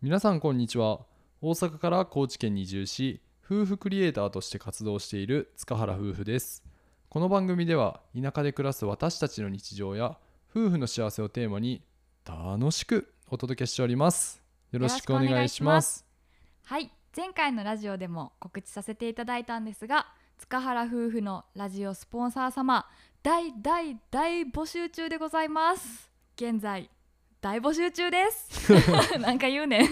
皆さんこんにちは大阪から高知県に移住し夫婦クリエイターとして活動している塚原夫婦ですこの番組では田舎で暮らす私たちの日常や夫婦の幸せをテーマに楽しくお届けしておりますよろしくお願いしますはい前回のラジオでも告知させていただいたんですが塚原夫婦のラジオスポンサー様大大大募集中でございます現在大募集中ですなんか言うねん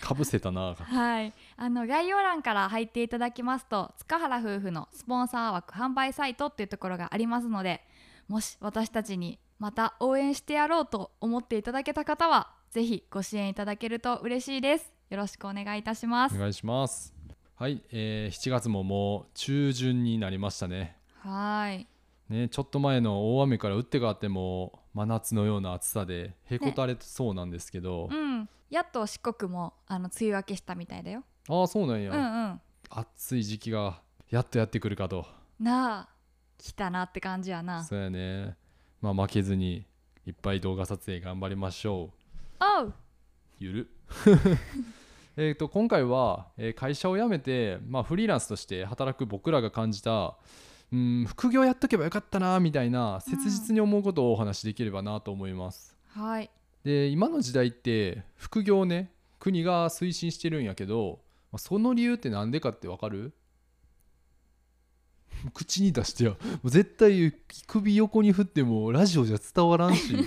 かぶせたなはいあの概要欄から入っていただきますと塚原夫婦のスポンサー枠販売サイトっていうところがありますのでもし私たちにまた応援してやろうと思っていただけた方はぜひご支援いただけると嬉しいですよろしくお願いいたしますお願いしますはい、えー7月ももう中旬になりましたねはーいね、ちょっと前の大雨から打って変わっても真夏のような暑さでへこたれそうなんですけど、うんやっと四国もあの梅雨明けしたみたいだよああそうなんうや、んうん暑い時期がやっとやってくるかとなあ来たなって感じやなそうやねまあ負けずにいっぱい動画撮影頑張りましょうおうゆるえーと今回は、えー会社を辞めて、まあ、フリーランスとして働く僕らが感じたうん副業やっとけばよかったなみたいな切実に思うことをお話しできればなと思います、はいで今の時代って副業をね国が推進してるんやけどまあその理由ってなんでかってわかる 口に出してよもう絶対首横に振ってもラジオじゃ伝わらんし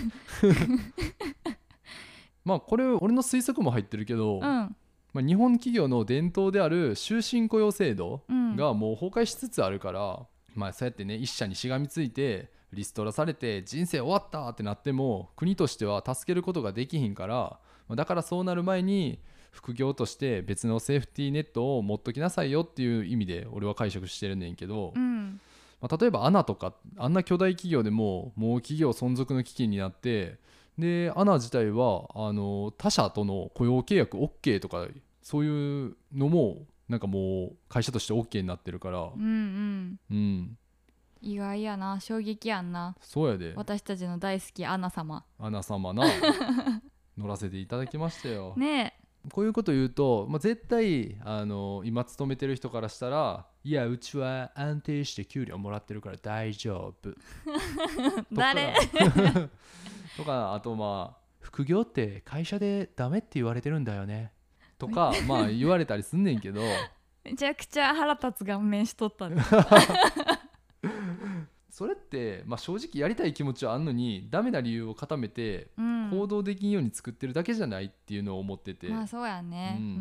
まあこれ俺の推測も入ってるけど、うまんあ、日本企業の伝統である終身雇用制度うんがもう崩壊しつつあるから、まあそうやってね一社にしがみついてリストラされて人生終わったってなっても国としては助けることができひんからまあだからそうなる前に副業として別のセーフティーネットを持っときなさいよっていう意味で俺は解釈してるねんけど、うんまあ、例えばアナとかあんな巨大企業でももう企業存続の危機になってでアナ自体はあの他社との雇用契約 OK とかそういうのもなんかもう会社として OK になってるから、うんうんうん、意外やな衝撃やんなそうやで私たちの大好きアナ様アナ様 な乗らせていただきましたよ。ねこういうこと言うと、まあ、絶対あの今勤めてる人からしたら「いやうちは安定して給料もらってるから大丈夫」え とか誰 とかあとまあ副業って会社でダメって言われてるんだよねとかまあ言われたりすんねんけどめちゃくちゃ腹立つ顔面しとっ たねそれって、まあ、正直やりたい気持ちはあんのにダメな理由を固めてうん行動できんように作ってるだけじゃないっていうのを思ってて、まあそうやねううん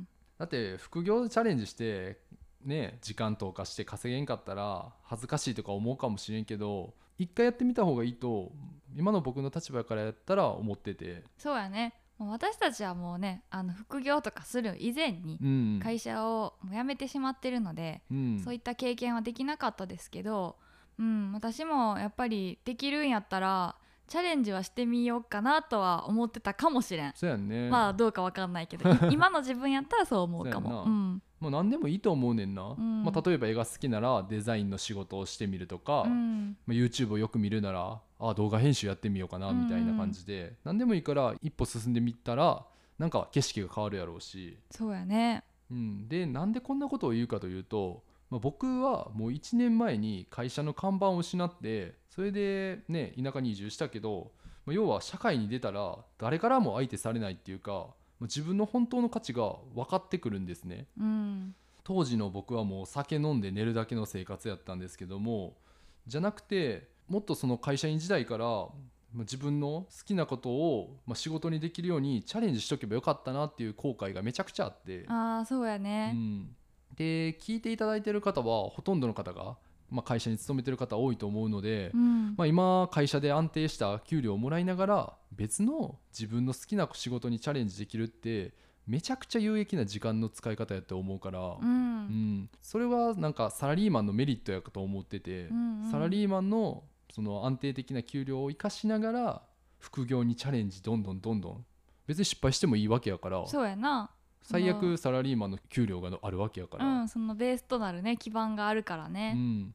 んだって副業チャレンジしてね時間投下して稼げんかったら恥ずかしいとか思うかもしれんけど一回やってみた方がいいと今の僕の立場からやったら思ってて、そうやねもう私たちはもうねあの副業とかする以前にうん会社をもう辞めてしまってるので、うん、そういった経験はできなかったですけど、うん、私もやっぱりできるんやったらチャレンジはしてみようかなとは思ってたかもしれん、そうやんね、まあどうかわかんない けどい今の自分やったらそう思うかもそううやんもう何でもいいと思うねんな、んまあ、例えば絵が好きならデザインの仕事をしてみるとか、うんまあ、YouTube をよく見るならあ動画編集やってみようかなみたいな感じで、何でもいいから一歩進んでみたらなんか景色が変わるやろうし、そうやねうん、でなんでこんなことを言うかというと、まあ、僕はもう1年前に会社の看板を失ってそれで、ね、田舎に移住したけど、まあ、要は社会に出たら誰からも相手されないっていうか、まあ自分の本当の価値が分かってくるんですね。うん当時の僕はもう酒飲んで寝るだけの生活やったんですけどもじゃなくてもっとその会社員時代からまあ自分の好きなことをまあ仕事にできるようにチャレンジしとけばよかったなっていう後悔がめちゃくちゃあって、ああそうやうねん、で聞いていただいてる方はほとんどの方が、まあ、会社に勤めてる方多いと思うので、うん、まあ、今会社で安定した給料をもらいながら別の自分の好きな仕事にチャレンジできるってめちゃくちゃ有益な時間の使い方やって思うから、ううんん、それはなんかサラリーマンのメリットやと思ってて、うんうんサラリーマンのその安定的な給料を生かしながら副業にチャレンジどんどんどんどん別に失敗してもいいわけやからそうやな最悪サラリーマンの給料があるわけやかうら、んそのベースとなるね基盤があるからね、うん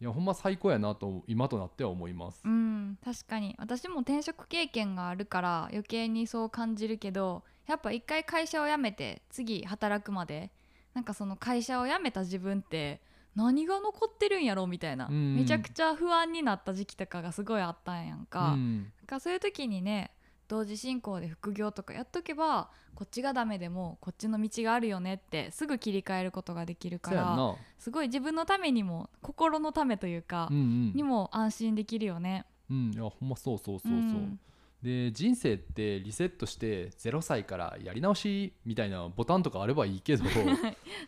いやほんま最高やなと今となっては思います。うん確かに私も転職経験があるから余計にそう感じるけどやっぱ一回会社を辞めて次働くまでなんかその会社を辞めた自分って何が残ってるんやろみたいな、うんめちゃくちゃ不安になった時期とかがすごいあったんやんか、うんなんかそういう時にね同時進行で副業とかやっとけばこっちがダメでもこっちの道があるよねってすぐ切り替えることができるかそうやんらな、すごい自分のためにも心のためというか、うんうん、にも安心できるよね。うん、いやほんまそうそうそうそう、うんで人生ってリセットして0歳からやり直しみたいなボタンとかあればいいけ ど、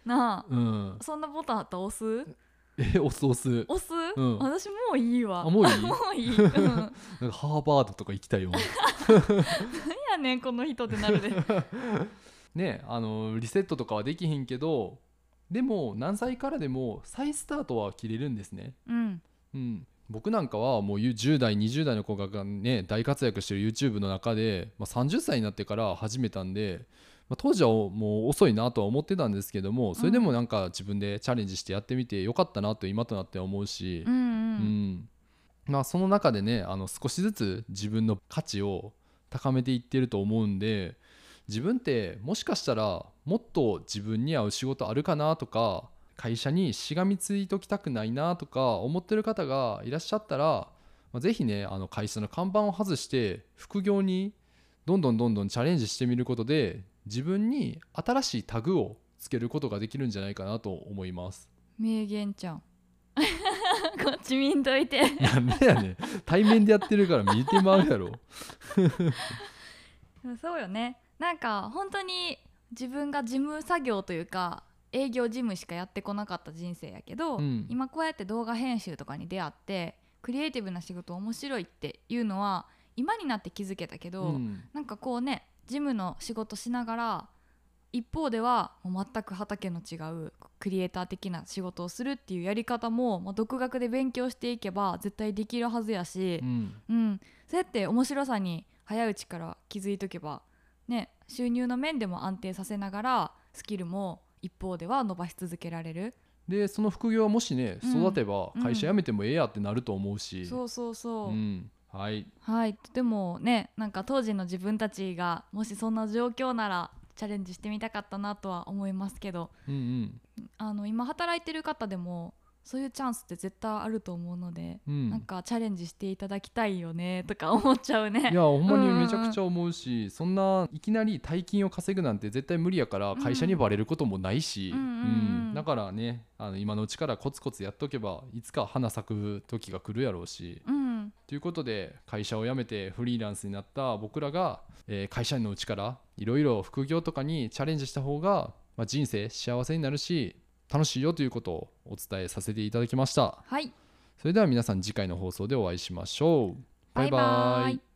なうんあ、そんなボタンあったら押すえ押す押す押す、ん私もういいわあもういいもういい、うん、なんなんかハーバードとか行きたいよ やねんこの人ってなるでねあのリセットとかはできへんけどでも何歳からでも再スタートは切れるんですねうんうん、僕なんかはもうゆ10代20代の子がね大活躍してる YouTube の中で、まあ、30歳になってから始めたんで、まあ、当時はもう遅いなとは思ってたんですけどもそれでもなんか自分でチャレンジしてやってみてよかったなと今となっては思うしうんう、うんんまあ、その中でねあの少しずつ自分の価値を高めていってると思うんで自分ってもしかしたらもっと自分に合う仕事あるかなとか会社にしがみついときたくないなとか思ってる方がいらっしゃったら、まあ、ぜひねあの会社の看板を外して副業にどんどんどんどんチャレンジしてみることで自分に新しいタグをつけることができるんじゃないかなと思います。名言ちゃん こっち見んといてなんで やねん対面でやってるから見てまうやろ。そうよねなんか本当に自分が事務作業というか営業事務しかやってこなかった人生やけど、うん今 こうやって動画編集とかに出会ってクリエイティブな仕事面白いっていうのは今になって気づけたけど、んなんかこうね事務の仕事しながら一方ではもう全く畑の違うクリエイター的な仕事をするっていうやり方も、まあ、独学で勉強していけば絶対できるはずやし、うんうん、そうやって面白さに早いうちから気づいとけば、ね、収入の面でも安定させながらスキルも一方では伸ばし続けられる、でその副業はもしねうん育てばうん会社辞めてもええやってなると思うし、そうそうそう、うんはいはいとてもねなんか当時の自分たちがもしそんな状況ならチャレンジしてみたかったなとは思いますけどうんうんあの今働いてる方でもそういうチャンスって絶対あると思うので、うんなんかチャレンジしていただきたいよねとか思っちゃうね。いやほんまにめちゃくちゃ思うし、そんないきなり大金を稼ぐなんて絶対無理やからうん会社にバレることもないし、うんうんうんだからねあの今のうちからコツコツやっとけばいつか花咲く時が来るやろうし。うん、ということで会社を辞めてフリーランスになった僕らが、えー会社員のうちからいろいろ副業とかにチャレンジした方が、まあ、人生幸せになるし楽しいよということをお伝えさせていただきましたはいそれでは皆さん次回の放送でお会いしましょうバイバイ